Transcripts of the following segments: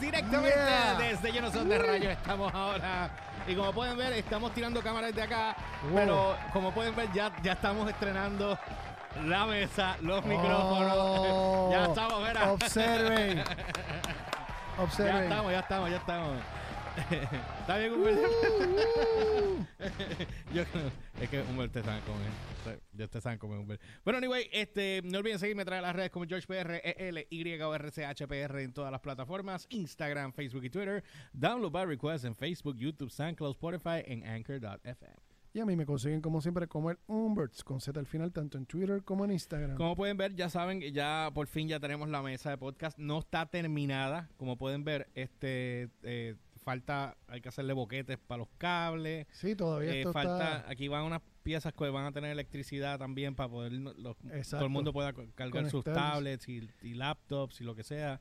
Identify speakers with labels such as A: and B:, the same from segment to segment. A: directamente
B: Yeah.
A: desde yo no sé dónde rayos estamos ahora. Y como pueden ver, estamos tirando cámaras de acá,
B: Wow.
A: pero como pueden ver, ya, ya estamos estrenando la mesa, los micrófonos. ya estamos, mira.
B: Oh. Observen.
A: Ya
B: Observen.
A: estamos, ya estamos, ya estamos. Está bien, Humberto. Yo, es que Humberto está con él. Ya ustedes saben cómo es Humberto. Bueno, anyway, este, no olviden seguirme a las redes como GeorgePR, EL, YORCHPR en todas las plataformas: Instagram, Facebook y Twitter. Download by request en Facebook, YouTube, SoundCloud, Spotify en Anchor.fm.
B: Y a mí me consiguen como siempre como el Umberts con Z al final, tanto en Twitter como en Instagram.
A: Como pueden ver, ya saben, ya por fin ya tenemos la mesa de podcast. No está terminada, como pueden ver. Este eh, falta, hay que hacerle boquetes para los cables.
B: Sí, todavía
A: Eh,
B: esto
A: falta,
B: está
A: aquí van unas piezas que van a tener electricidad también para poder no- los- todo
B: Exacto.
A: el mundo pueda co- cargar sus
B: Conectarse.
A: tablets y, y laptops y lo que sea.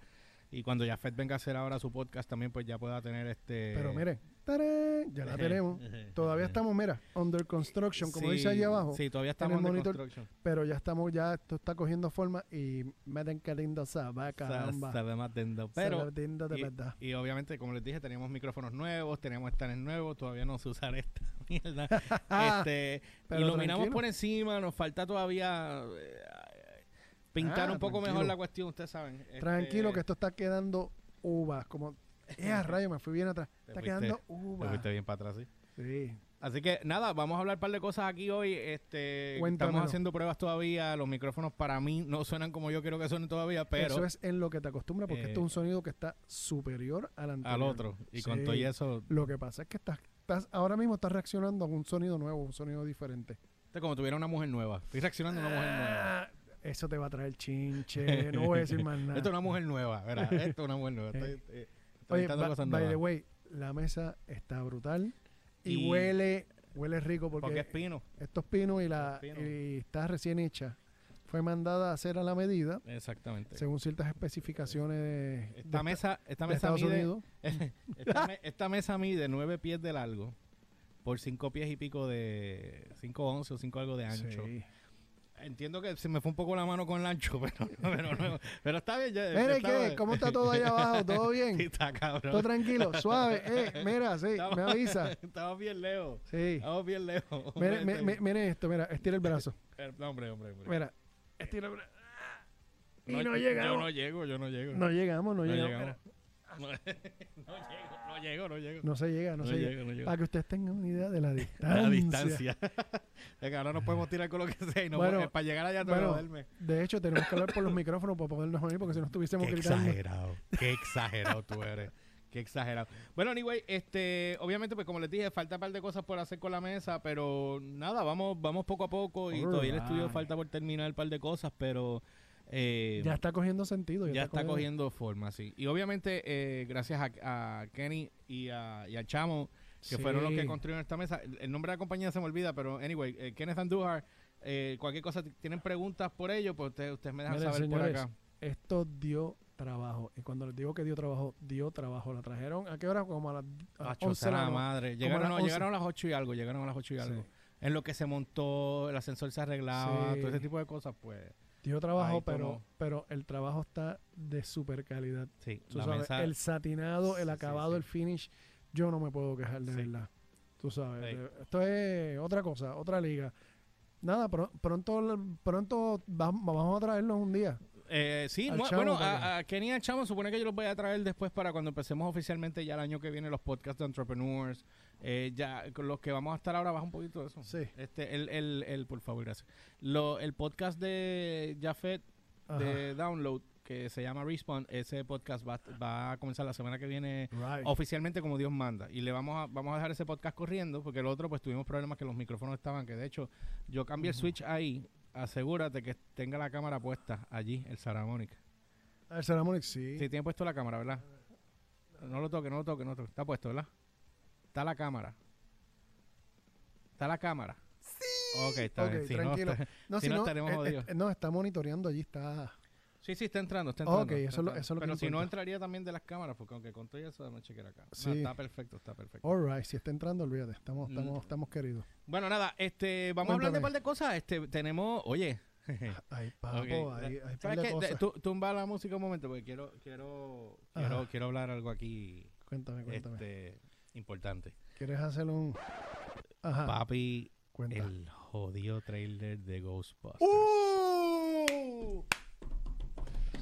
A: Y cuando Jafet venga a hacer ahora su podcast también, pues ya pueda tener este.
B: Pero mire, ¡tarán! ya
A: Eh.
B: la tenemos. Todavía estamos, mira, under construction, como
A: Sí,
B: dice allí abajo.
A: Sí, todavía
B: el
A: estamos en
B: monitor.
A: construction.
B: Pero ya estamos, ya esto está cogiendo forma y meten que lindo sabe, caramba.
A: Sa- sabe más dendo.
B: Se
A: Pero
B: ve lindo de
A: y-
B: verdad.
A: Y obviamente, como les dije, teníamos micrófonos nuevos, teníamos stands nuevos, todavía no se usar esta mierda. este,
B: Pero
A: iluminamos
B: tranquilo.
A: por encima, nos falta todavía eh, pintar
B: Ah,
A: un poco
B: tranquilo.
A: mejor la cuestión, ustedes saben. Este,
B: Tranquilo que esto está quedando uvas, como... ¡Eh, a rayo! Me fui bien atrás.
A: Te
B: Está
A: fuiste-
B: quedando
A: te
B: uvas.
A: fuiste bien para atrás, sí.
B: Sí.
A: Así que nada, vamos a hablar un par de cosas aquí hoy. Este,
B: Cuéntamelo.
A: estamos haciendo pruebas todavía. Los micrófonos para mí no suenan como yo quiero que suenen todavía, pero
B: eso es en lo que te acostumbras porque
A: eh,
B: esto es un sonido que está superior al anterior.
A: al otro. Y con
B: Sí.
A: todo y eso,
B: Lo que pasa es que estás, estás- ahora mismo estás reaccionando a un sonido nuevo, un sonido diferente.
A: esto es este, como tuviera una mujer nueva. Estoy reaccionando a una mujer nueva.
B: Ah, Eso te va a traer chinche, no voy a decir más nada.
A: Esto es una mujer nueva, ¿verdad? Esto es una mujer nueva. Estoy, eh, estoy
B: Oye,
A: inventando
B: ba-
A: cosas
B: by
A: nuevas.
B: the way, la mesa está brutal y,
A: Y-
B: huele, huele rico porque,
A: porque es pino.
B: estos pinos y la
A: Estos pinos.
B: y está recién hecha. Fue mandada a hacer a la medida
A: Exactamente.
B: según ciertas especificaciones de, de
A: Esta
B: esta-
A: mesa, esta
B: de
A: mesa
B: Estados
A: mide,
B: Unidos.
A: esta, me- esta mesa mide nueve pies de largo por cinco pies y pico de 5 once o cinco algo de ancho.
B: Sí.
A: Entiendo que se me fue un poco la mano con el ancho, pero, pero, no- pero está bien. Ya,
B: Mira, ¿y
A: está
B: ¿qué?
A: bien.
B: ¿Cómo está todo allá abajo? ¿Todo bien?
A: Sí, está
B: Todo
A: cabrón.
B: tranquilo, suave. Eh, mira, sí, me
A: Estamos-
B: avisa.
A: Estamos bien lejos.
B: Sí.
A: Estamos bien lejos.
B: Mire, mi- mi- mire esto, mira, estira el brazo.
A: Eh, no, hombre, hombre, hombre.
B: Mira, estira el brazo. Y no, llegamos.
A: Yo
B: No,
A: no llego, yo no llego.
B: llegamos, no,
A: No
B: llegamos.
A: llegamos.
B: Mira,
A: No, llego, no llego, no llego.
B: no se llega, no,
A: No
B: se llega.
A: llego, no llego.
B: Para que ustedes tengan una idea de la distancia.
A: La distancia. Es que ahora nos podemos tirar con lo que sea y no
B: Bueno,
A: podemos- para llegar allá tengo que
B: bueno,
A: joderme.
B: De hecho, tenemos que hablar por los micrófonos para podernos oír, porque si no estuviésemos
A: Qué
B: gritando.
A: exagerado, qué exagerado tú eres. Qué exagerado. Bueno, anyway, este, obviamente, pues como les dije, falta un par de cosas por hacer con la mesa, pero nada, vamos, vamos poco a poco y
B: All
A: todavía el estudio
B: right.
A: falta por terminar un par de cosas, pero eh,
B: Ya está cogiendo sentido.
A: ya está cogiendo forma, sí. Y obviamente, eh, gracias a, a Kenny y a, y a Chamo, que
B: Sí.
A: fueron los que construyeron esta mesa. El, el nombre de la compañía se me olvida, pero anyway, eh, Kenneth Andújar, eh, cualquier cosa, t- tienen preguntas por ello, pues ustedes ustedes me dejan
B: Miren,
A: saber por
B: señores,
A: acá.
B: Esto dio trabajo. Y cuando les digo que dio trabajo, dio trabajo. La trajeron a qué hora? Como a las a las
A: Acho,
B: 11
A: sea
B: de la
A: Ah, la
B: noche.
A: madre.
B: Como a
A: Llegaron,
B: las
A: no,
B: 11.
A: llegaron a las 8 y algo, llegaron a las 8 y algo.
B: Sí.
A: En lo que se montó, el ascensor se arreglaba,
B: Sí.
A: todo ese tipo de cosas, pues.
B: Dio trabajo,
A: Ahí
B: pero,
A: como-
B: pero el trabajo está de super calidad.
A: Sí,
B: Tú
A: la
B: sabes,
A: mesa.
B: el satinado, el
A: Sí, sí,
B: acabado,
A: sí.
B: el finish, yo no me puedo quejar de
A: Sí.
B: verdad. Tú sabes,
A: Sí.
B: eh, esto es otra cosa, otra liga. Nada, pro- pronto, pronto va- vamos a traerlos un día.
A: Eh, sí,
B: Al
A: no,
B: Chamo
A: bueno,
B: para
A: a, a Kenny y al Chamo supone que yo los voy a traer después para cuando empecemos oficialmente ya el año que viene los podcasts de entrepreneurs. Eh, ya con los que vamos a estar ahora baja un poquito de eso.
B: Sí.
A: Este, el, el, el, por favor, gracias. Lo, el podcast de Jafet
B: Ajá.
A: de Download que se llama Respawn, ese podcast va, va a comenzar la semana que viene
B: Right.
A: oficialmente como Dios manda. Y le vamos a, vamos a dejar ese podcast corriendo, porque el otro, pues tuvimos problemas que los micrófonos estaban, que de hecho, yo cambié el switch ahí. Asegúrate que tenga la cámara puesta allí, el Sara Mónica.
B: El Saramonic, sí.
A: Sí, tiene puesto la cámara, ¿verdad? No lo toque, no lo toque, no lo toque. Está puesto, ¿verdad? Está la cámara. Está la cámara. Sí. Ok, está
B: Ok,
A: bien. Sí, no,
B: tranquilo.
A: está-
B: No,
A: si no, estaremos
B: eh, eh,
A: jodidos.
B: no, está monitoreando allí, está.
A: sí, sí, está entrando, está
B: Ok,
A: entrando. está
B: eso es lo-
A: entrando.
B: eso es lo que
A: Pero si no
B: importa.
A: entraría también de las cámaras, porque aunque con todo eso, no chequear acá. No,
B: Sí.
A: está perfecto, está perfecto.
B: Alright, si está entrando, olvídate, estamos,
A: Mm.
B: estamos, estamos queridos.
A: Bueno, nada, este, vamos a hablar de un
B: Cuéntame.
A: par de cosas. Este, tenemos, oye,
B: Ay, papo,
A: Ok.
B: hay, hay par
A: ¿Sabes
B: de
A: qué?
B: cosas.
A: De- tú- tumba la música un momento porque quiero quiero quiero,
B: Ajá.
A: quiero hablar algo aquí
B: Cuéntame, cuéntame.
A: este importante.
B: ¿Quieres hacer un...? Ajá,
A: Papi,
B: Ah, cuenta.
A: el jodido trailer de Ghostbusters.
B: ¡Uh!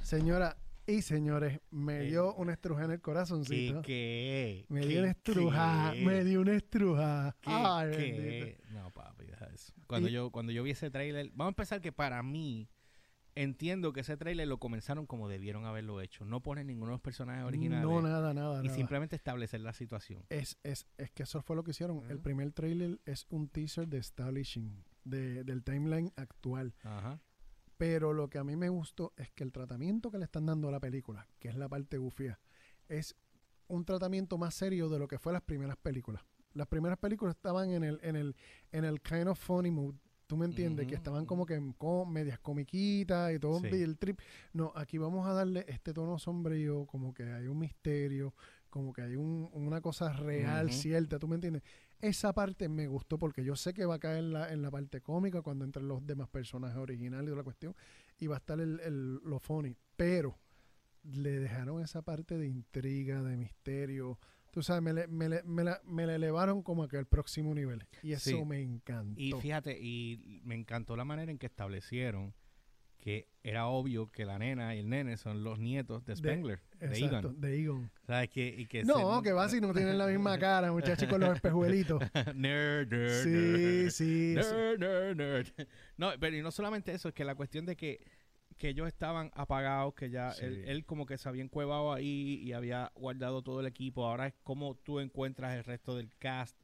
B: Señora y señores, me
A: Eh,
B: dio una estruja en el
A: ¿Qué,
B: corazoncito.
A: qué?
B: me
A: ¿Qué,
B: dio una estruja,
A: qué?
B: me dio una estruja.
A: ¿Qué,
B: Ay,
A: qué?
B: bendito.
A: No, papi, deja eso. Cuando,
B: Y-
A: yo, cuando yo vi ese trailer, vamos a empezar que para mí, entiendo que ese trailer lo comenzaron como debieron haberlo hecho. No ponen ninguno de los personajes originales
B: No, nada, nada,
A: y
B: nada.
A: simplemente establecer la situación.
B: Es, es, es que eso fue lo que hicieron. El
A: Ujú.
B: primer trailer es un teaser de Establishing, de- del timeline actual.
A: Ajá.
B: Pero lo que a mí me gustó es que el tratamiento que le están dando a la película, que es la parte gufía, es un tratamiento más serio de lo que fue las primeras películas. Las primeras películas estaban en el, en el, en el kind of funny mood. ¿Tú me entiendes? Que
A: Ujú,
B: estaban
A: ujú.
B: como que en co- medias comiquitas y todo
A: Sí.
B: el trip. No, aquí vamos a darle este tono sombrío, como que hay un misterio, como que hay un- una cosa real,
A: Ujú.
B: cierta, ¿tú me entiendes? Esa parte me gustó porque yo sé que va a caer en la, en la parte cómica cuando entren los demás personajes originales de la cuestión y va a estar el, el, lo funny, pero le dejaron esa parte de intriga, de misterio. Tú sabes, me, le- me, le- me la, me la elevaron como a que al próximo nivel. Y eso
A: Sí.
B: me encantó.
A: Y fíjate, y me encantó la manera en que establecieron que era obvio que la nena y el nene son los nietos de
B: De-
A: Spengler, de,
B: Exacto,
A: Egon.
B: de Egon.
A: ¿Sabes? Que, y que
B: No, que va si no tienen la misma cara, muchachos, con los espejuelitos.
A: nerd, nerd,
B: Sí,
A: nerd.
B: sí, sí.
A: Nerd, nerd, nerd. No, pero y no solamente eso, es que la cuestión de que, que ellos estaban apagados, que ya
C: Sí.
A: él, él como que se había encuevado ahí y había guardado todo el equipo. Ahora es como tú encuentras el resto del cast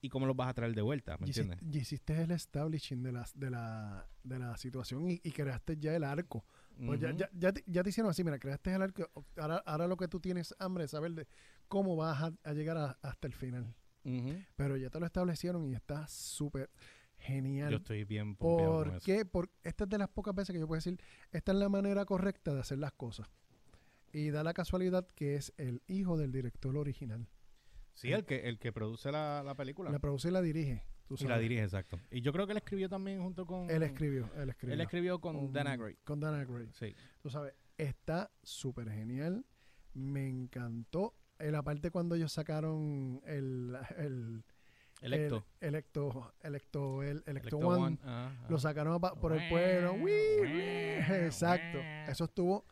A: y cómo los vas a traer de vuelta, ¿me
B: Y
A: entiendes?
B: hiciste, y hiciste el establishing de la, de la, de la situación y, y creaste ya el arco. Pues ya,
A: Ujú.
B: ya, ya te, ya te hicieron así, mira, creaste el arco. Ahora, ahora lo que tú tienes hambre es saber de cómo vas a, a llegar a- hasta el final.
A: Ujú.
B: Pero ya te lo establecieron y está súper genial.
A: Yo estoy bien pompeado con
B: ¿Por
A: eso.
B: qué? Porque esta es de las pocas veces que yo puedo decir, esta es la manera correcta de hacer las cosas. Y da la casualidad que es el hijo del director original.
A: Sí, el que, el que produce la, la película.
B: La produce y la dirige. tú
A: y la
B: sabes.
A: dirige, exacto. Y yo creo que él escribió también junto con...
B: Él escribió, él escribió.
A: Él escribió con Dan Aykroyd.
B: Con Dan Aykroyd.
A: Sí.
B: Tú sabes, está súper genial. Me encantó. Eh, La parte cuando ellos sacaron el... el
A: Electo.
B: El, electo, electo, el, electo,
A: Electo
B: One.
A: One. Ajá, ajá.
B: Lo sacaron a pa- por el pueblo.
A: Guau,
B: Wii,
A: guau,
B: wii. Exacto.
A: guau.
B: Eso estuvo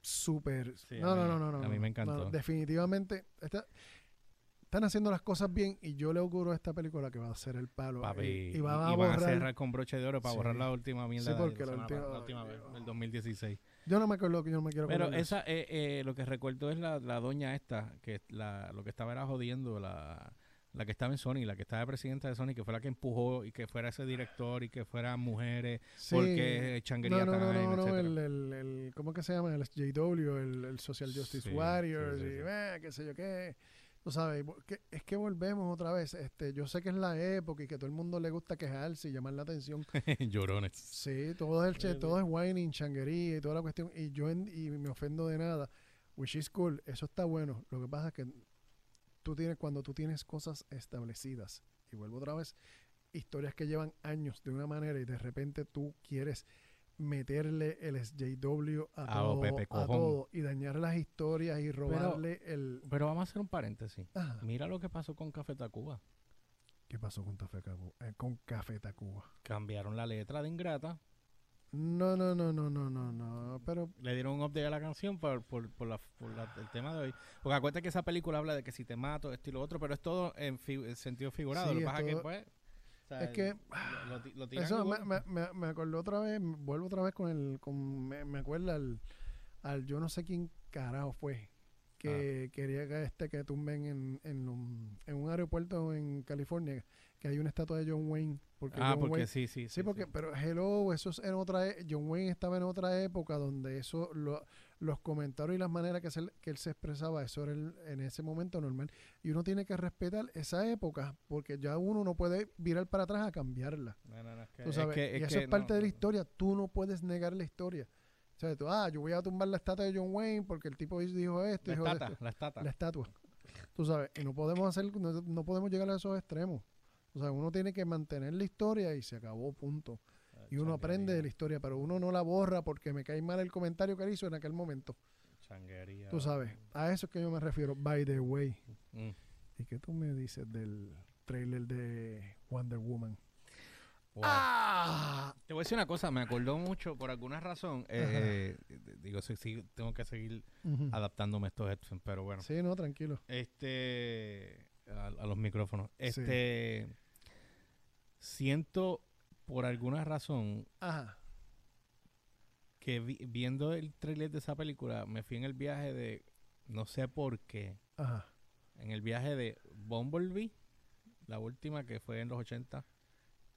B: súper.
A: Sí, a
B: no, no,
A: mí-
B: no, no, no.
A: a mí me
B: no, no,
A: encantó.
B: definitivamente. está- están haciendo las cosas bien y yo le auguro a esta película que va a ser el palo.
A: Papi,
B: y,
A: y,
B: y va a
A: van a
B: borrar-
A: cerrar con broche de oro para
B: Sí.
A: borrar la última mierda. de-
B: porque la
A: semana pa-
B: última- ay,
A: vez,
B: Dios.
A: del 2016.
B: Yo no me acuerdo que yo no me quiero
A: Pero
B: acordar de eso.
A: esa, eh, eh, lo que recuerdo es la, la doña esta, que la, lo que estaba era jodiendo, la, la que estaba en Sony, la que estaba presidenta de Sony, que fue la que empujó y que fuera ese director y que fueran mujeres,
B: Sí.
A: porque eh, changuería
B: no, no, no,
A: time,
B: no, no,
A: etcétera.
B: el, el, el- ¿cómo es que se llama? El SJW, el, el Social Justice
A: Sí, sí,
B: Warriors,
A: sí,
B: y
A: sí.
B: eh, qué sé yo qué. Tú sabes, vo- que- es que volvemos otra vez. Este, yo sé que es la época y que todo el mundo le gusta quejarse y llamar la atención.
A: Llorones.
B: Sí, todo es, el, che-
A: Sí,
B: todo es whining, changuería y toda la cuestión. Y yo en- y me ofendo de nada. Which is cool, eso está bueno. Lo que pasa es que tú tienes, cuando tú tienes cosas establecidas, y vuelvo otra vez, historias que llevan años de una manera y de repente tú quieres meterle el SJW a,
A: Ah, oh,
B: todo,
A: Pepe,
B: a
A: cojón.
B: todo y dañar las historias y robarle el...
A: Pero vamos a hacer un paréntesis.
B: Ah,
A: Mira lo que pasó con Café Tacuba.
B: ¿Qué pasó con, Café Tacuba? Eh, con Café Tacuba?
A: Cambiaron la letra de Ingrata,
B: No, no, no, no, no, no, no, pero...
A: le dieron un update a la canción por, por, por la- por la- el tema de hoy. Porque acuérdate que esa película habla de que si te mato, esto y lo otro, pero es todo en, fi- en sentido figurado.
B: Sí,
A: lo que
B: es
A: pasa es que,
B: todo-
A: pues, o sea,
B: Es que
A: lo- lo, ti- lo tiran
B: Eso
A: y
B: me,
A: vuelven.
B: me, me, me acordó otra vez, m- vuelvo otra vez con el, con, me, me acuerda al, al yo no sé quién carajo fue
A: Ah.
B: que quería que este que tumben en, en, un- en un aeropuerto en California que hay una estatua de John Wayne porque
A: ah,
B: John
A: porque
B: Wayne-
A: sí, sí.
B: sí, porque pero hello eso es en otra e- John Wayne estaba en otra época donde eso lo- los comentarios y las maneras que, se- que él se expresaba eso era el- en ese momento normal y uno tiene que respetar esa época porque ya uno no puede virar para atrás a cambiarla
A: No, no, no, es que-
B: Tú sabes,
A: que-
B: y eso es
A: que
B: parte
A: no-
B: de la historia. Tú no puedes negar la historia. O sea, tú, ah, yo voy a tumbar la estatua de John Wayne porque el tipo dijo esto,
A: La
B: dijo
A: estata,
B: esto.
A: la estata.
B: La estatua. Tú sabes, y no podemos hacer, no, no podemos llegar a esos extremos. O sea, uno tiene que mantener la historia y se acabó, punto.
A: Ah,
B: Y uno aprende de la historia, pero uno no la borra porque me cae mal el comentario que él hizo en aquel momento.
A: Changuería.
B: Tú sabes, a eso es que yo me refiero, by the way.
A: Mm.
B: ¿Y qué tú me dices del trailer de Wonder Woman?
A: Wow.
B: ¡Ah!
A: Te voy a decir una cosa, me acordó mucho, por alguna razón, eh, eh, digo, sí, sí, tengo que seguir
B: Ujú.
A: adaptándome a estos headphones, pero bueno.
B: Sí, no, tranquilo.
A: Este. A, a los micrófonos.
B: Sí.
A: Este. Siento por alguna razón
B: Ajá.
A: que vi- viendo el tráiler de esa película me fui en el viaje de. No sé por qué.
B: Ajá.
A: En el viaje de Bumblebee, la última que fue en los 80.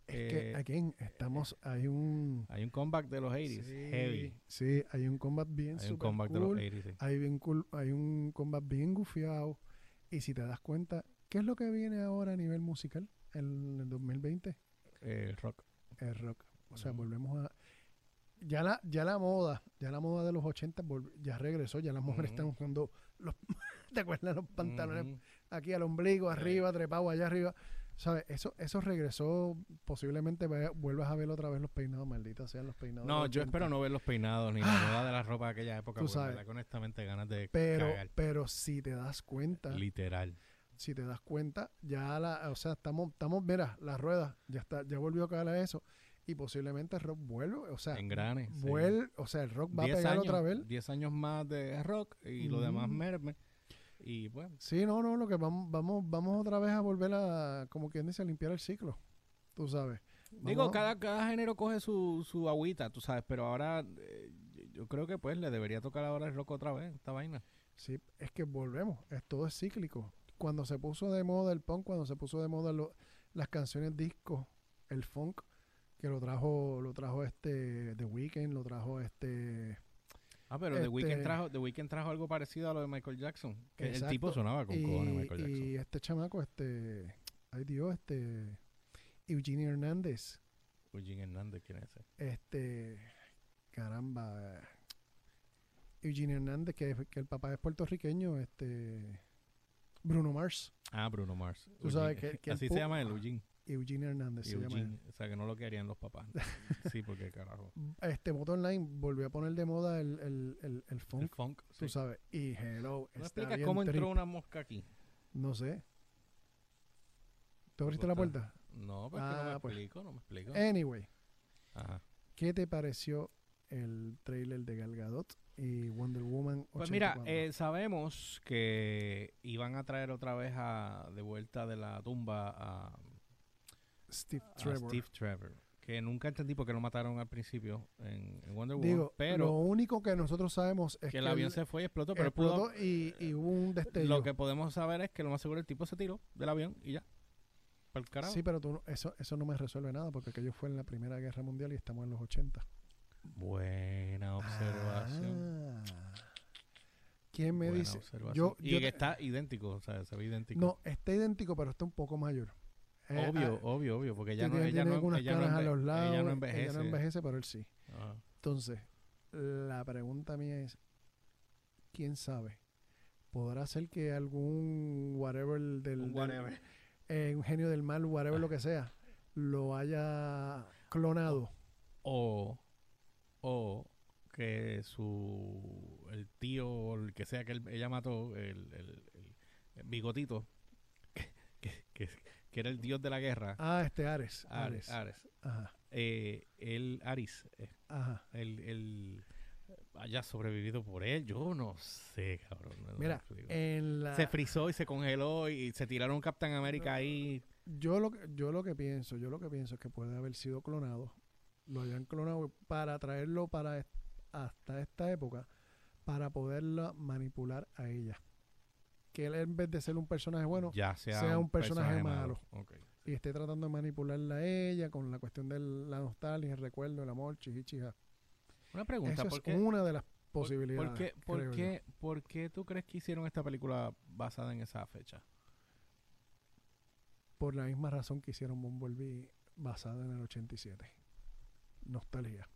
B: Es que
A: Eh,
B: aquí estamos, hay un...
A: Hay un comeback de los 80s.
B: sí,
A: Heavy.
B: Sí, hay un combat bien
A: Hay un
B: super
A: comeback
B: cool.
A: de los 80s. sí.
B: hay, bien cool- hay un combat bien gufiado. Y si te das cuenta, ¿qué es lo que viene ahora a nivel musical en el 2020?
A: Eh, rock.
B: El rock. O sea,
A: Ujú.
B: volvemos a... Ya la, ya la moda, ya la moda de los 80 vol- ya regresó, ya las mujeres
A: Ujú.
B: están usando los... ¿Te acuerdas? Los pantalones
A: Ujú.
B: aquí al ombligo,
A: Sí.
B: arriba, trepado allá arriba. ¿Sabes? Eso, eso regresó, posiblemente vaya- vuelvas a ver otra vez los peinados, malditos sean los peinados. de
A: No,
B: los
A: yo
B: 80.
A: espero no ver los peinados ni la moda de la ropa de aquella época.
B: Ah. Tú
A: porque en
B: sabes.
A: verdad que honestamente ganas de
B: Pero,
A: cagar.
B: pero si te das cuenta,
A: Literal.
B: si te das cuenta, ya la, o sea, estamos, estamos, mira, la rueda, ya está, ya volvió a caer a eso. Y posiblemente el rock vuelve, o sea,
A: Engranes. sí.
B: vuelve, o sea, el rock va a
A: 10
B: pegar
A: años,
B: otra vez.
A: 10 años más de rock y lo demás
B: Ujú.
A: merme. Y bueno,
B: Sí, no, no, lo que vamos, vamos, vamos otra vez a volver a, como quien dice, a limpiar el ciclo. Tú sabes.
A: digo,
B: Vamos-
A: cada, cada género coge su, su agüita, tú sabes, pero ahora eh, yo creo que pues le debería tocar ahora el rock otra vez, esta vaina.
B: Sí, es que volvemos, es, todo es cíclico. Cuando se puso de moda el punk, cuando se puso de moda lo- las canciones disco, el funk, que lo trajo, lo trajo este The Weeknd, lo trajo este
A: Ah, pero The, Weeknd
B: Este-
A: trajo, The Weeknd trajo algo parecido a lo de Michael Jackson. Que el
B: Exacto.
A: tipo sonaba Ah, con
B: y,
A: cojones Michael Jackson.
B: y este chamaco, este, ay Dios, este Eugenio Hernández,
A: Eugene Hernández, ¿quién es ese?
B: este caramba Eugenio Hernández, que, que el papá es puertorriqueño, este Bruno Mars,
A: Ah, Bruno Mars.
B: Tú sabes que- que
A: eh,
B: el
A: Así se
B: pu-
A: llama el Eugene.
B: Eugenio Hernández se llama él.
A: Eugene, O sea, que no lo querían los papás. Sí, porque carajo.
B: este Motor Online volvió a poner de moda el, el, el, el funk,
A: El funk.
B: tú
A: sí.
B: sabes. Y
A: ¿No
B: hello, está
A: explicas
B: bien
A: cómo entró
B: trip.
A: una mosca aquí?
B: No sé. ¿Tú abriste la
A: Puta.
B: puerta?
A: No, pues que no me
B: Ah, pues.
A: explico, Pues no me explico.
B: Anyway,
A: Ajá.
B: ¿qué te pareció el trailer de Gal Gadot y Wonder Woman
A: Pues mira,
B: 84?
A: eh, sabemos que iban a traer otra vez a- de vuelta de la tumba a, a
B: Steve Trevor.
A: ah, Steve Trevor. Que nunca entendí por qué lo mataron al principio en, en Wonder Woman.
B: Digo, lo
A: pero
B: único que nosotros sabemos es
A: que
B: que,
A: el avión
B: él
A: se fue y explotó. Pero
B: explotó este
A: pudo, eh,
B: y, y hubo un destello.
A: lo que podemos saber es que lo más seguro el tipo se tiró del avión y ya. Para el carajo.
B: sí, pero tú no- eso, eso no me resuelve nada porque aquello fue en la Primera Guerra Mundial y estamos en los 80.
A: Buena observación.
B: Ah. ¿Quién me
A: buena
B: dice?
A: observación.
B: yo-
A: y
B: yo
A: que
B: te-
A: está idéntico, o sea, se ve idéntico.
B: No, está idéntico, pero está un poco mayor. Eh,
A: obvio,
B: ah,
A: obvio, obvio, porque ella no,
B: tiene,
A: ella
B: tiene
A: no,
B: algunas
A: ella no
B: caras a
A: enve-
B: los lados.
A: ella no envejece. Ah.
B: pero él sí.
A: Ajá.
B: Entonces, la pregunta mía es, ¿quién sabe? ¿Podrá ser que algún whatever del... del- eh, un genio del mal, whatever lo que sea, lo haya clonado?
A: o, o que su el tío o el que sea que él- ella mató, el, el- el- el bigotito, que, que- que- que era el dios de la guerra,
B: Ah, este Ares. Ares.
A: Ares, Ares,
B: Ajá,
A: eh, él, Aris, eh,
B: ajá.
A: el, el- haya sobrevivido por él, yo no sé, cabrón. no lo
B: Mira,
A: explico.
B: En la...
A: se frizó y se congeló y se tiraron Captain America ahí.
B: Yo lo, que- yo lo que pienso, yo lo que pienso es que puede haber sido clonado. Lo hayan clonado para traerlo para est- hasta esta época para poderla manipular a ella. Que él en vez de ser un personaje bueno
A: ya sea,
B: sea un personaje malo.
A: Ok.
B: y esté tratando de manipularla a ella con la cuestión de la nostalgia, el recuerdo, el amor, chichichija.
A: Una pregunta,
B: Eso
A: ¿por
B: es
A: qué?
B: una de las
A: ¿Por-
B: posibilidades.
A: ¿Por qué,
B: creo
A: por,
B: yo.
A: qué, por qué tú crees que hicieron esta película basada en esa fecha?
B: Por la misma razón que hicieron Bumblebee basada en el 87. Nostalgia.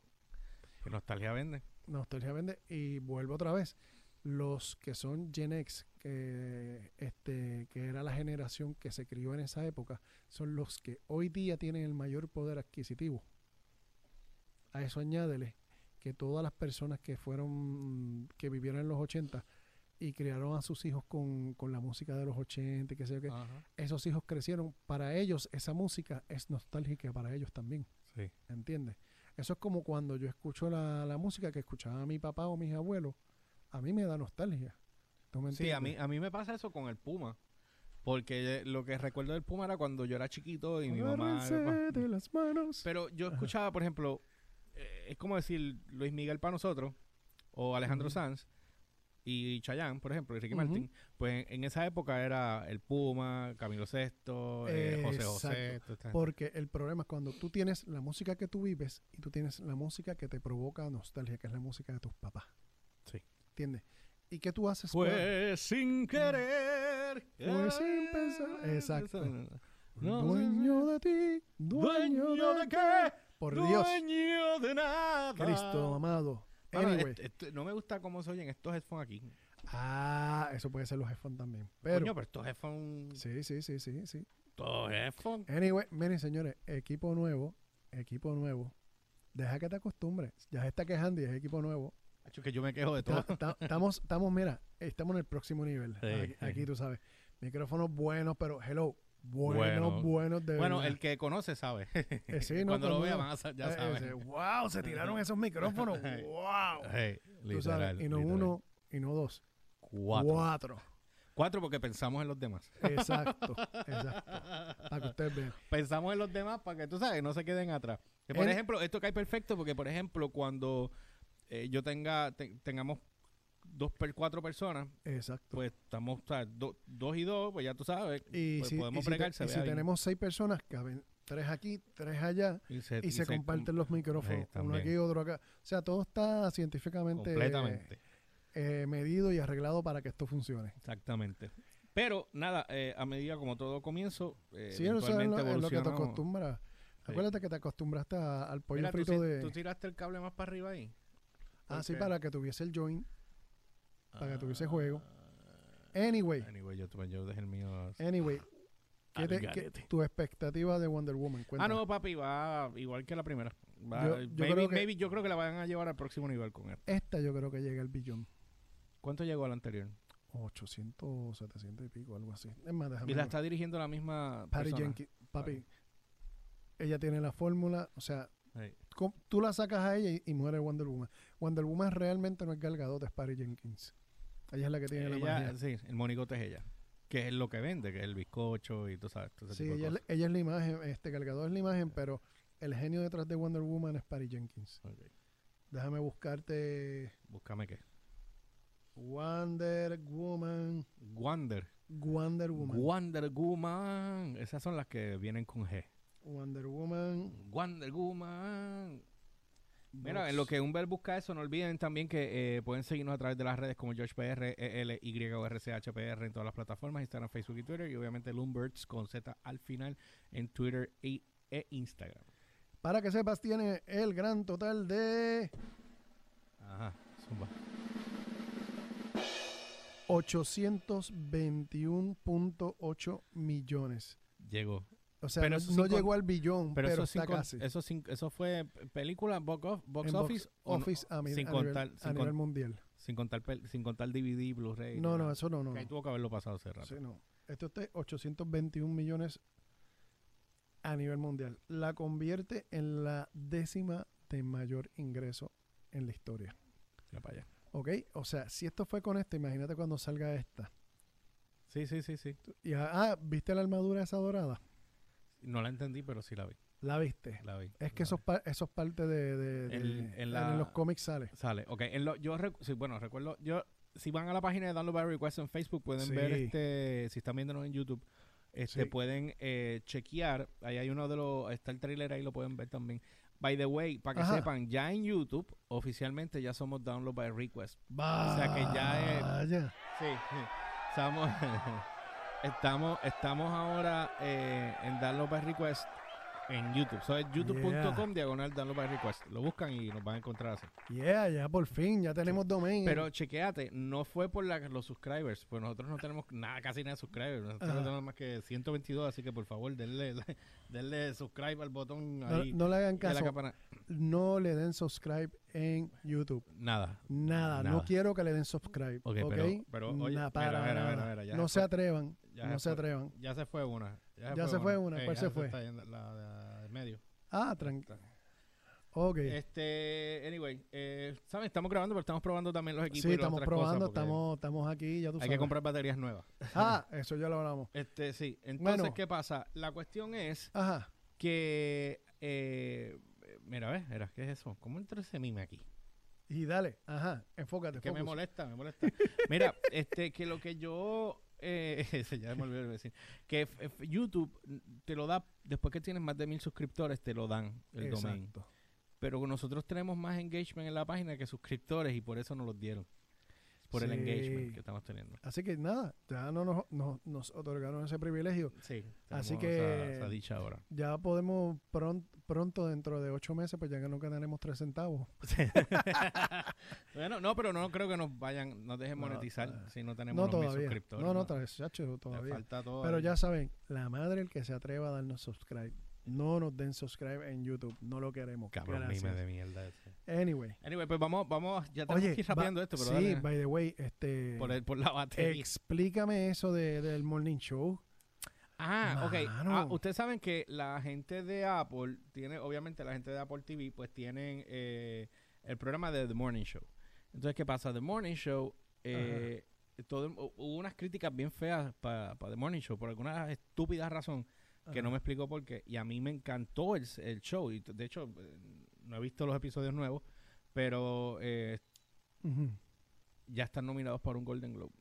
A: Que nostalgia vende.
B: Nostalgia vende. Y vuelvo otra vez. Los que son Gen X, que, este, que era la generación que se crió en esa época, son los que hoy día tienen el mayor poder adquisitivo. A eso añádele que todas las personas que fueron, que vivieron en los 80 y criaron a sus hijos con, con la música de los 80, y qué sé yo qué,
A: Ajá.
B: esos hijos crecieron. Para ellos, esa música es nostálgica para ellos también.
A: Sí.
B: ¿Entiendes? Eso es como cuando yo escucho la, la música que escuchaba mi papá o mis abuelos. A mí me da nostalgia. ¿Tú me
A: Sí, a mí,
B: entiendes?
A: a mí me pasa eso con el Puma. Porque lo que recuerdo del Puma era cuando yo era chiquito y mi mamá...
B: Agárrense de las manos.
A: Pero yo escuchaba, por ejemplo, eh, es como decir Luis Miguel para nosotros, o Alejandro
B: Ujú.
A: Sanz, y Chayanne, por ejemplo, y Ricky
B: Ujú.
A: Martin. Pues en, en esa época era el Puma, Camilo Sexto, eh, José José.
B: Exacto. Pues
A: toda esta gente.
B: Porque el problema es cuando tú tienes la música que tú vives y tú tienes la música que te provoca nostalgia, que es la música de tus papás.
A: Sí.
B: ¿Entiendes? ¿Y qué tú haces? Pues, cuando-
A: Fue sin querer.
B: Mm. Fue sin pensar. Exacto.
A: No,
B: dueño de ti, dueño,
A: ¿Dueño
B: de,
A: de qué?
B: Por Dios,
A: Dueño de nada.
B: Cristo amado.
A: Mano,
B: Anyway.
A: este- este- no me gusta cómo se oyen estos headphones aquí.
B: Ah, eso puede ser los headphones también.
A: Pero,
B: Pero.
A: Coño, pero estos headphones.
B: Sí, sí, sí, sí, sí.
A: Estos headphones.
B: Anyway, miren, señores, equipo nuevo, equipo nuevo. Deja que te acostumbres. Ya se está quejando y es equipo nuevo.
A: Hacho, que yo me quejo de todo.
B: Ta- ta- Estamos, estamos, mira, estamos en el próximo nivel.
A: Sí,
B: aquí,
A: sí.
B: aquí tú sabes. Micrófonos buenos, pero hello. Buenos,
A: Bueno.
B: buenos de
A: Bueno,
B: verdad.
A: el que conoce sabe.
B: Eh, sí, no,
A: Cuando lo
B: todo el
A: vea,
B: mundo-
A: van a sa- ya
B: eh,
A: saben.
B: ese, wow, se tiraron esos micrófonos. wow.
A: Hey,
B: Tú sabes,
A: literal,
B: y no
A: literal.
B: uno, y no dos.
A: Cuatro.
B: Cuatro.
A: Cuatro porque pensamos en los demás.
B: Exacto, exacto. Para que ustedes vean.
A: Pensamos en los demás para que tú sabes, no se queden atrás. Que, por
B: El-
A: ejemplo, esto cae perfecto porque, por ejemplo, cuando eh, yo tenga, te- tengamos dos per cuatro personas,
B: Exacto.
A: pues estamos, o sea, do- dos y dos, pues ya tú sabes.
B: Y
A: pues
B: si,
A: podemos
B: y si te-
A: bregar, se
B: y
A: vea
B: si
A: bien.
B: tenemos seis personas, caben tres aquí, tres allá,
A: Y se,
B: y, se,
A: com- eh,
B: comparten los micrófonos, uno
A: también.
B: aquí, otro acá. O sea, todo está científicamente
A: Completamente.
B: eh, medido y arreglado para que esto funcione.
A: Exactamente. Pero nada, eh, a medida como todo comienzo, eh,
B: sí, eso es
A: eventualmente
B: lo, es lo que te
A: evolucionamos.
B: acostumbras.
A: Sí.
B: Acuérdate que te acostumbraste a- al pollo
A: Mira, tú
B: frito
A: ti-
B: de...
A: ¿tú, tiraste el cable más para arriba ahí.
B: así
A: ok.
B: para que tuviese el join, para que tuviese
A: Ah,
B: juego. Anyway,
A: Anyway, yo, tuve- yo dejé el mío.
B: anyway, Eh, ¿qué
A: al
B: te- qué-
A: garete.
B: tu expectativa de Wonder Woman?
A: Ah,
B: Cuéntame.
A: no, papi, va igual que la primera. Va-
B: Yo- yo
A: maybe,
B: creo que-
A: maybe yo creo que la van a llevar al próximo nivel con él.
B: Esta yo creo que llega al billón.
A: ¿Cuánto llegó al anterior?
B: 800, 700 y pico, algo así. Es más, déjame
A: Y la
B: ver.
A: está dirigiendo la misma
B: Patty
A: persona.
B: Jenkins, papi,
A: Vale.
B: ella tiene la fórmula, o sea,
A: Ahí.
B: com- tú la sacas a ella y, y muere Wonder Woman. Wonder Woman realmente no es Gal Gadot, es Patty Jenkins. Ella es la que tiene la
A: Ella-
B: magia.
A: sí, el monigote es ella. Que es lo que vende, que es el bizcocho y todo, ¿sabes? Todo ese
B: Sí,
A: tipo de
B: ella, es la-
A: cosas.
B: ella es la imagen, este Gal Gadot es la imagen, pero el genio detrás de Wonder Woman es Patty Jenkins.
A: Ok.
B: Déjame buscarte
A: Búscame qué.
B: Wonder Woman,
A: Wander.
B: Wonder Woman,
A: Wonder Woman. Esas son las que vienen con G.
B: Wonder Woman.
A: Wonder Woman. Mira,
B: dos.
A: en lo que Humbert busca eso, no olviden también que eh, pueden seguirnos a través de las redes como E GeorgePR, ELYORCHPR en todas las plataformas, Instagram, Facebook y Twitter. Y obviamente Lumberts con Z al final en Twitter y, e Instagram.
B: Para que sepas, tiene el gran total de
A: Ajá, zumba.
B: 821.8 millones.
A: Llegó.
B: O sea,
A: Pero
B: no,
A: eso
B: no
A: sin con-
B: llegó al billón,
A: Pero, eso,
B: pero, está
A: sin con-
B: casi.
A: eso sin- eso fue película, box, of- box
B: En box
A: office, o no-
B: Office a, mi-
A: sin
B: a
A: contar-
B: nivel,
A: sin
B: a nivel
A: con-
B: mundial.
A: sin contar pel- sin contar DVD, Blu-ray.
B: No,
A: nada.
B: no, eso no, no.
A: Que ahí
B: no.
A: tuvo que haberlo pasado hace rato.
B: Sí, no. Esto está 821 millones a nivel mundial. La convierte en la décima de mayor ingreso en la historia.
A: Mira para allá.
B: ¿Ok? O sea, si esto fue con esta, imagínate cuando salga esta.
A: Sí, sí, sí, sí.
B: Y, ah, ¿viste la armadura esa dorada?
A: No la entendí, pero sí la vi.
B: La viste.
A: La vi.
B: Es
A: la
B: que eso es, pa- eso es parte de... de- de-
A: El- en
B: en
A: la-
B: los cómics sale.
A: vi. Sale. Ok, en lo- yo recu- sí, bueno, recuerdo, yo, si van a la página de Download by Request en Facebook, pueden
B: Sí.
A: ver este, si están viéndonos en YouTube, este,
B: Sí.
A: pueden eh, chequear, ahí hay uno de los, está el trailer ahí, lo pueden ver también. By the way, para que
B: Ajá.
A: sepan, ya en YouTube, oficialmente ya somos Download by Request.
B: Vaya.
A: sea, que ya eh, es- Sí, sí. Estamos, estamos, estamos ahora eh, en Download by Request en YouTube. So, es youtube.com diagonal download by request. Lo buscan y nos van a encontrar así.
B: Yeah, ya por fin, ya tenemos domain.
A: Pero chequeate, no fue por la- los subscribers, pues nosotros no tenemos nada, casi nada de subscribers. Nosotros
B: Ajá.
A: tenemos más que 122, así que por favor, denle, denle subscribe al botón
B: no,
A: ahí.
B: no le hagan
A: de la
B: caso.
A: campana.
B: No le den subscribe en YouTube.
A: Nada.
B: Nada,
A: Nada.
B: no quiero que le den subscribe.
A: Ok,
B: Ok,
A: pero- pero, oye,
B: Na-
A: mira,
B: para
A: mira, mira,
B: nada.
A: mira, ya
B: no
A: se
B: se
A: fue.
B: atrevan,
A: Ya
B: no
A: se
B: se
A: fue.
B: atrevan.
A: Ya se fue una.
B: Ya se fue una. ¿Cuál
A: ya
B: se fue?
A: está yendo la- la de en medio.
B: Ah, tranquilo. Ok.
A: Este, anyway, eh, ¿saben? Estamos grabando, pero estamos probando también los equipos.
B: Sí,
A: y las
B: estamos
A: otras cosas,
B: probando,
A: porque
B: estamos, estamos aquí, ya tú
A: Hay
B: sabes.
A: que comprar baterías nuevas.
B: Ah, eso ya lo hablamos.
A: Este, sí. Entonces,
B: Bueno.
A: ¿qué pasa? La cuestión es
B: Ajá.
A: que. eh, mira, a ver, mira, ¿qué es eso? ¿Cómo entra ese mime aquí?
B: Y dale, ajá, enfócate.
A: Que me
B: focus.
A: molesta, me molesta. Mira, este, que lo que yo. Eh, ese ya me olvidé de decir. Que f- f- YouTube te lo da, después que tienes más de mil suscriptores, te lo dan el domain.
B: Exacto.
A: Pero nosotros tenemos más engagement en la página que suscriptores y por eso nos los dieron. Por el
B: Sí.
A: engagement que estamos teniendo.
B: Así que nada, ya no nos, nos, nos otorgaron ese privilegio.
A: Sí,
B: Así
A: tenemos esa-
B: que-
A: esa dicha ahora.
B: Ya podemos pron- pronto, dentro de ocho meses, pues ya que nunca tenemos tres centavos.
A: bueno, no, pero no creo que nos vayan, nos dejen
B: No,
A: monetizar
B: eh,
A: si no tenemos
B: No
A: los mil
B: todavía.
A: suscriptores.
B: No, no,
A: todavía.
B: tres, chacho, todavía.
A: falta todo.
B: Pero
A: ahí.
B: ya saben, la madre el que se atreva a darnos subscribe. No nos den subscribe en YouTube, no lo queremos.
A: Cabrón, mime
B: Gracias.
A: de mierda ese.
B: Anyway.
A: Anyway, pues vamos, vamos, ya tenemos
B: Oye,
A: que ir
B: va-
A: rapeando esto, pero
B: sí,
A: dale,
B: by the way, este
A: por, el- por la batería.
B: explícame eso de, del morning show.
A: Ah, ok.
B: Mano.
A: Ah, ustedes saben que la gente de Apple tiene, obviamente la gente de Apple TV, pues tienen eh, el programa de The Morning Show. Entonces, ¿qué pasa? The Morning Show, eh, todo, hu- hubo unas críticas bien feas para The Morning Show por alguna estúpida razón que no me explicó por qué. Y a mí me encantó el, el show. Y t- de hecho, eh, no he visto los episodios nuevos, pero eh,
B: Ujú.
A: ya están nominados para un Golden Globe.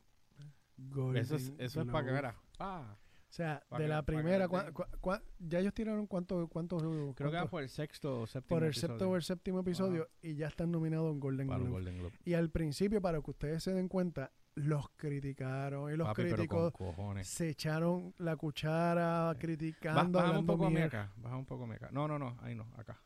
B: Golden
A: eso es, eso es para que
B: Globe.
A: veras. Ah,
B: O sea,
A: Pa'
B: de
A: que-
B: la
A: pa' que
B: primera,
A: lo tenga.
B: cua- cua- cua- ya ellos tiraron cuánto, cuántos Creo
A: creo que va por el sexto o séptimo.
B: por el
A: episodio.
B: sexto o el séptimo episodio y ya están nominados en Golden
A: Para un
B: Globe.
A: Golden Globe.
B: Y al principio, para que ustedes se den cuenta, los criticaron y los
A: Papi, pero
B: críticos
A: con cojones.
B: se echaron la cuchara
A: Ba-
B: criticando,
A: baja un
B: hablando
A: poco a mí
B: mierda.
A: acá. Baja un poco a mí acá. No, no, no. Ahí no. Acá.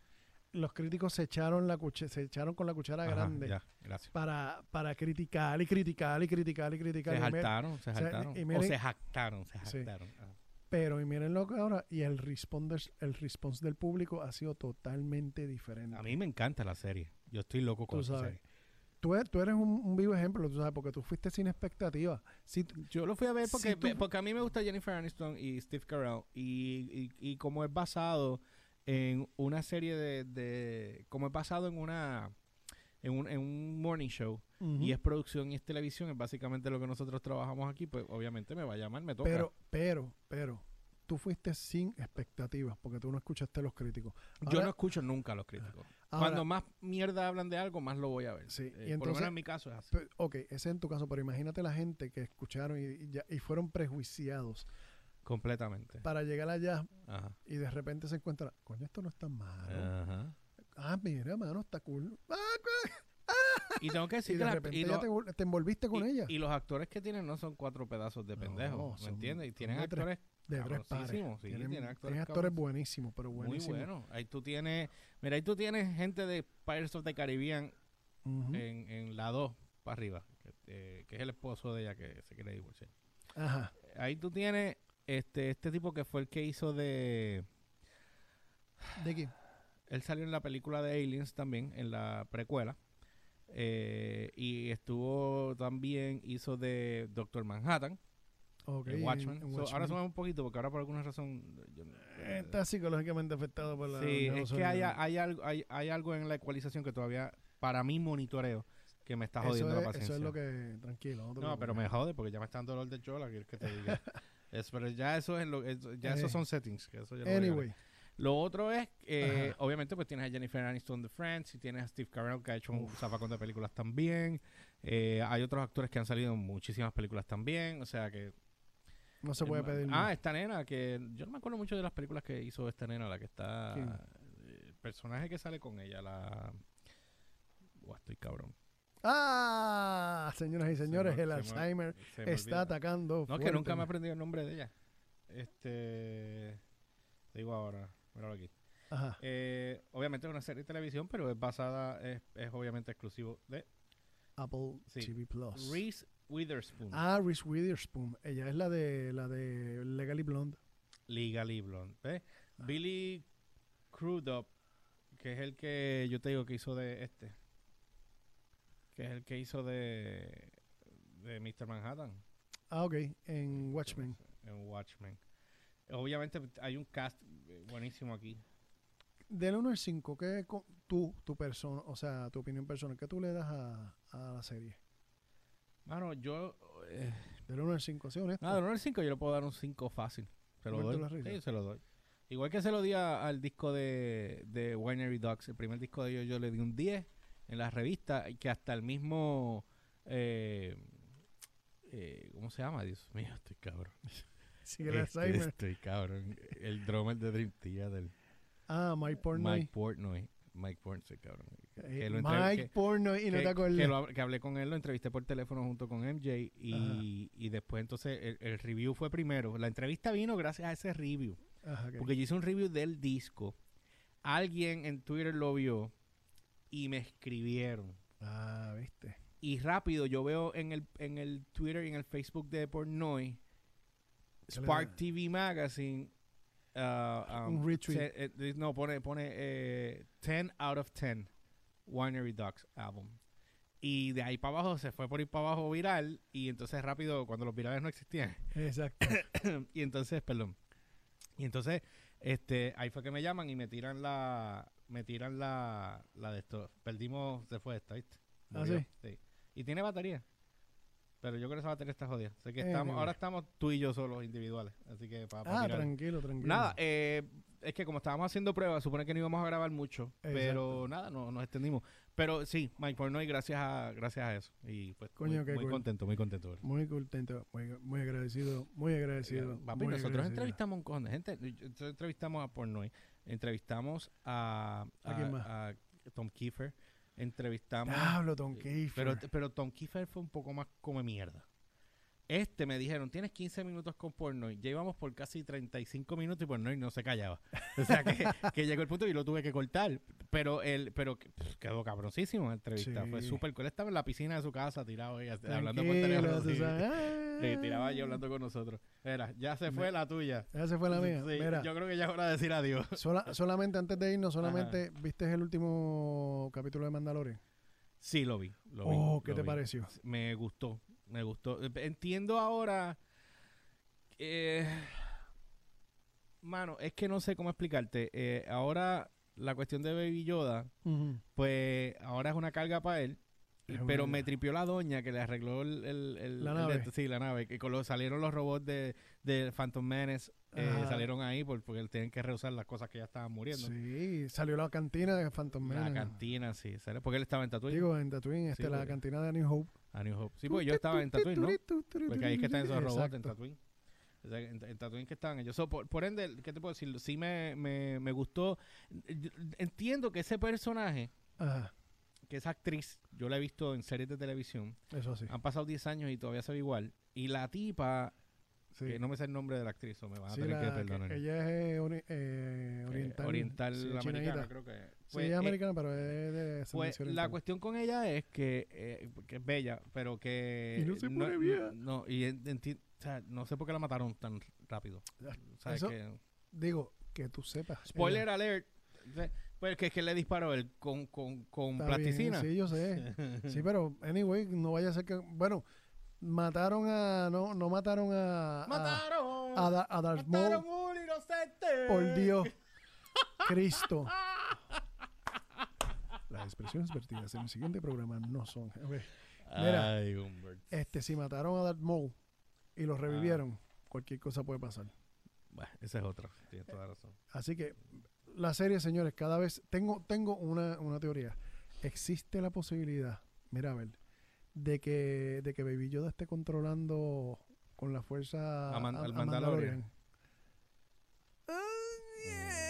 B: Los críticos se echaron la cuch- se echaron con la cuchara
A: Ajá,
B: grande
A: Ya, gracias.
B: para para criticar y criticar y criticar y criticar.
A: Se
B: y me-
A: jaltaron, se
B: sea,
A: jaltaron.
B: y
A: o
B: miren-
A: se jactaron, se
B: Sí.
A: jactaron. Ah.
B: pero y miren lo que ahora y el responders el response del público ha sido totalmente diferente.
A: A mí me encanta la serie. Yo estoy loco con
B: Tú
A: esa
B: sabes.
A: serie.
B: Tú, e- tú eres un, un vivo ejemplo, tú sabes, porque tú fuiste sin expectativa. Si tú-
A: Yo lo fui a ver porque,
B: Si tú-
A: porque a mí me gusta Jennifer Aniston y Steve Carell. Y, y, y como es basado en una serie de, de- como es basado en una en un, en un morning show y es producción y es televisión, es básicamente lo que nosotros trabajamos aquí, pues obviamente me va a llamar, me toca.
B: pero pero pero tú fuiste sin expectativas porque tú no escuchaste a los críticos.
A: Yo
B: Ahora- Ah.
A: no escucho nunca a los críticos.
B: ahora-
A: Cuando más mierda hablan de algo, más lo voy a ver. Eh,
B: Sí, y
A: por lo
B: entonces-
A: menos en mi caso es así.
B: Pe- Ok, ese en tu caso, pero imagínate la gente que escucharon y, y ya- y fueron prejuiciados
A: Completamente.
B: para llegar allá
A: Ajá.
B: y de repente se encuentran, coño, esto Ah, no está malo.
A: Ajá.
B: Ah, mira, mano, está cool. Ah,
A: Y tengo que decir
B: y
A: que
B: de
A: la-
B: repente
A: y
B: ya
A: lo-
B: te, vol- te envolviste con
A: y-
B: ella.
A: y los actores que tienen no son cuatro pedazos de
B: No,
A: pendejos, ¿me
B: son-
A: entiendes? Y
B: son
A: tienen
B: de tres-
A: actores
B: de tres pares.
A: cabrosísimos, sí,
B: Tienen-
A: tienen actores
B: tienes actores
A: cabros-
B: buenísimos, pero
A: muy
B: buenísimos.
A: buenos. Ahí tú tienes, mira, ahí tú tienes gente de Pirates of the Caribbean
B: Ujú.
A: en, en la 2 para arriba, que, eh, que es el esposo de ella que se quiere divorciar.
B: Ajá.
A: Ahí tú tienes este este tipo que fue el que hizo de
B: ¿De quién?
A: Él salió en la película de Aliens también, en la precuela. Eh, y estuvo también, hizo de Doctor Manhattan,
B: Ok.
A: de Watchmen.
B: en
A: So, ahora
B: Watchmen.
A: sube un poquito, porque ahora por alguna razón. yo no-
B: Eh, Está psicológicamente afectado por la.
A: sí,
B: la
A: es que ah,
B: ozonio.
A: hay, hay algo, hay, hay algo en la ecualización que todavía, para mí, monitoreo, que me está
B: eso
A: jodiendo
B: es,
A: la paciencia.
B: Eso es lo que. Tranquilo. te
A: No, pero
B: preocupes.
A: me jode porque ya me está dando dolor de chola, que que te diga. Es- pero ya eso es lo, eso- ya esos
B: Eh.
A: son settings. que eso ya lo voy a hablar.
B: Anyway.
A: Lo otro es, eh,
B: Ajá.
A: obviamente, pues tienes a Jennifer Aniston de Friends y tienes a Steve Carell que ha hecho un
B: Uf.
A: zapacón de películas también. Eh, hay otros actores que han salido en muchísimas películas también. O sea que.
B: No se puede
A: eh,
B: pedir.
A: Ah,
B: más.
A: esta nena que. Yo no me acuerdo mucho de las películas que hizo esta nena, la que está.
B: ¿Quién?
A: eh, El personaje que sale con ella, la. Buah, estoy cabrón.
B: Ah, señoras y
A: Se me
B: señores,
A: ol-
B: el
A: se me-
B: Alzheimer
A: se me
B: está
A: olvida.
B: atacando.
A: No, que nunca me he
B: fuertemente.
A: aprendido el nombre de ella. Este. Te digo ahora. Míralo aquí.
B: Ajá.
A: Eh, obviamente es una serie de televisión, pero es basada, es, es obviamente exclusivo de
B: Apple
A: sí.
B: TV Plus.
A: Reese Witherspoon.
B: Pues. ah, Reese Witherspoon. Ella es la de la de Legally Blonde.
A: Legally Blonde. ¿ves? Billy Crudup, que es el que yo te digo que hizo de este. Que es el que hizo de, de Mr. Manhattan
B: Ah, ok. En Watchmen.
A: en Watchmen. Obviamente hay un cast eh, buenísimo aquí.
B: Del 1 al 5, ¿qué co- tú, tu persona, o sea, tu opinión personal, qué tú le das a, a la serie?
A: Mano, yo. eh,
B: Del 1 al 5, ¿sí honesto?
A: nada, no el 5, yo le puedo dar un 5 fácil. Se lo
B: Roberto
A: doy.
B: Larrisa.
A: Sí, se lo doy. Igual que se lo di a- al disco de, de Winery Dogs, el primer disco de ellos, yo le di un 10 en las revistas, y que hasta el mismo. eh, eh, ¿Cómo se llama? Dios mío, estoy cabrón.
B: Sigue el
A: Este,
B: Alzheimer.
A: estoy cabrón. El drummer de Dream Theater,
B: Ah, Mike Portnoy.
A: eh, Mike Portnoy. Mike Portnoy, cabrón. Que-
B: Eh,
A: que lo entrev-
B: Mike
A: que-
B: Portnoy y no
A: que,
B: te acuerdas.
A: que lo hab- que hablé con él, lo entrevisté por teléfono junto con MJ
B: Ajá.
A: y, y después entonces el, el review fue primero. La entrevista vino gracias a ese review.
B: Ajá, ok.
A: Porque yo hice un review del disco. Alguien en Twitter lo vio y me escribieron.
B: Ah, viste.
A: Y rápido yo veo en el, en el Twitter y en el Facebook de Portnoy,
B: ¿Qué le
A: Spark
B: da?
A: TV Magazine. ah,
B: Un
A: um,
B: retweet.
A: se- eh, eh, no, pone, pone eh, 10 out of 10 Winery Dogs album. Y de ahí para abajo se fue por ir para abajo viral. Y entonces rápido, cuando los virales no existían.
B: Exacto.
A: y entonces, perdón. Y entonces, este, ahí fue que me llaman y me tiran la. Me tiran la. La de esto. Perdimos, se fue esta, ¿viste?
B: Ah,
A: Murió,
B: ¿sí?
A: Y tiene batería. Pero yo creo que esa batería está jodida. Así que estamos,
B: Anyway.
A: ahora estamos tú y yo solos individuales. Así que para
B: Eh, ah, tranquilo, tranquilo.
A: Nada, eh, es que como estábamos haciendo pruebas, supone que no íbamos a grabar mucho, pero
B: Exacto.
A: nada, no, nos extendimos. Pero sí, Mike Pornoy, gracias a, gracias a eso. Y pues
B: Coño,
A: muy,
B: qué
A: muy
B: cool.
A: contento, muy contento. bro.
B: Muy contento, muy, muy agradecido, muy agradecido.
A: Papi,
B: muy
A: nosotros
B: agradecido.
A: entrevistamos a un cojón de gente. Nosotros entrevistamos a Pornoy, entrevistamos a,
B: ¿A quién más?
A: a Tom Kiefer, entrevistamos...
B: Diablo, Don
A: Sí,
B: Kiefer.
A: Pero, pero Tom Kiefer fue un poco más come mierda. Este me dijeron, tienes 15 minutos con porno. Y ya íbamos por casi 35 minutos y porno no se callaba. O sea que, que llegó el punto y lo tuve que cortar. Pero él, pero que- pff, quedó cabroncísimo la entrevista.
B: Sí.
A: Fue súper cool. Él Estaba en la piscina de su casa tirado y hablando por
B: Tranquilo,
A: teléfono.
B: tú
A: sí.
B: sabes.
A: Sí, tiraba yo hablando con nosotros. Mira, ya se fue la tuya.
B: Ah, Esa fue la mía.
A: Sí,
B: Mira,
A: Yo creo que ya es hora de decir adiós.
B: sola- solamente antes de irnos, solamente viste el último capítulo de Mandalorian.
A: Sí, lo vi. Lo vi,
B: oh, ¿qué
A: lo
B: te
A: vi.
B: pareció?
A: Me gustó, me gustó. Eh, Entiendo ahora. eh, mano, es que no sé cómo explicarte. Eh, ahora la cuestión de Baby Yoda,
B: Ujú.
A: pues ahora es una carga para él. y-
B: Es
A: Pero
B: verdad.
A: me tripió la doña que le arregló el. el- el-
B: La
A: el
B: nave.
A: de- sí, la nave. Que con los- salieron los robots de, de Phantom Menace. eh,
B: Ajá.
A: salieron ahí por- porque tienen que rehusar las cosas que ya estaban muriendo.
B: Sí, salió la cantina de Phantom
A: La
B: Menace.
A: cantina, sí. sale- Porque él estaba en Tatooine.
B: Digo, en Tatooine, este,
A: Sí,
B: la
A: porque-
B: cantina de New Hope.
A: A New Hope. Sí, porque yo estaba en Tatooine, ¿no? Porque ahí es que están esos robots en
B: Exacto.
A: Tatooine. O sea, en, en Tatooine que estaban ellos. So, por, por ende, ¿qué te puedo decir? Sí me, me, me gustó. Yo Entiendo que ese personaje,
B: Ajá,
A: que esa actriz, yo la he visto en series de televisión.
B: eso sí.
A: Han pasado 10 años y todavía se ve igual. Y la tipa,
B: sí.
A: que no me sé el nombre de la actriz, o me van a
B: Sí,
A: tener que
B: la-
A: perdonar.
B: que Ella es ori- eh,
A: Eh,
B: oriental.
A: oriental
B: sí,
A: americana,
B: chinaíta.
A: creo que. es.
B: Sí,
A: Pues,
B: ella es
A: eh,
B: americana, pero es de
A: Pues
B: ascendencia
A: la
B: oriental.
A: cuestión con ella es que, eh, que es bella, pero que...
B: Y no se pone vieja.
A: No, y en- enti- o sea, no sé por qué la mataron tan rápido.
B: Ah,
A: O sea,
B: eso-
A: que-
B: Digo, que tú sepas. ella-
A: spoiler alert. de- Pues que, que le disparó él con, con, con
B: Está bien,
A: plasticina.
B: Sí, yo sé. sí, pero, anyway, no vaya a ser que. Bueno, mataron a. No, no mataron a. a-
A: ¡Mataron!
B: ah, A, Da- a Darth Maul.
A: ¡Mataron a un inocente!
B: Por Dios. Cristo. Las expresiones vertidas en el siguiente programa no son. Ok. Mira.
A: Ay, Humbert.
B: Este, si mataron a Darth Maul y lo revivieron, cualquier cosa puede pasar.
A: Bueno, esa es otra. Tienes toda la razón.
B: Así que la serie, señores, cada vez tengo, tengo una, una teoría. Existe la posibilidad, mira a ver, de que, de que Baby Yoda esté controlando con la fuerza
A: A Man- al Mandalorian. Mm, no sé.
B: Dale,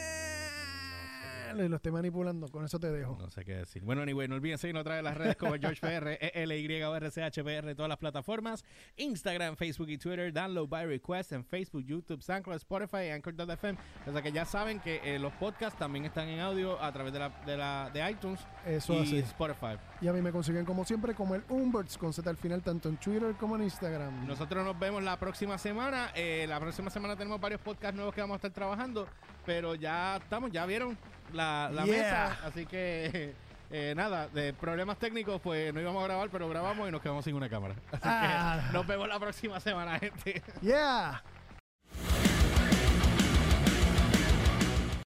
B: Eh, lo estoy manipulando, con eso te dejo.
A: No sé qué decir. Bueno, anyway, no olviden seguirnos a través de las redes como GeorgePR, ELYRCHPR, todas las plataformas, Instagram, Facebook y Twitter, download by request en Facebook, YouTube, SoundCloud, Spotify, Anchor.fm. O sea que ya saben que eh, los podcasts también están en audio a través de, la, de, la, de iTunes
B: Eso
A: y
B: así.
A: Spotify.
B: Y a mí me consiguen como siempre como el Umberts con Z al final, tanto en Twitter como en Instagram.
A: Nosotros nos vemos la próxima semana. Eh, la próxima semana tenemos varios podcasts nuevos que vamos a estar trabajando, pero ya estamos, ya vieron la, la
B: Yeah.
A: mesa. Así que eh, nada, de problemas técnicos, pues no íbamos a grabar, pero grabamos y nos quedamos sin una cámara. Así
B: Ah.
A: que nos vemos la próxima semana, gente.
B: Yeah.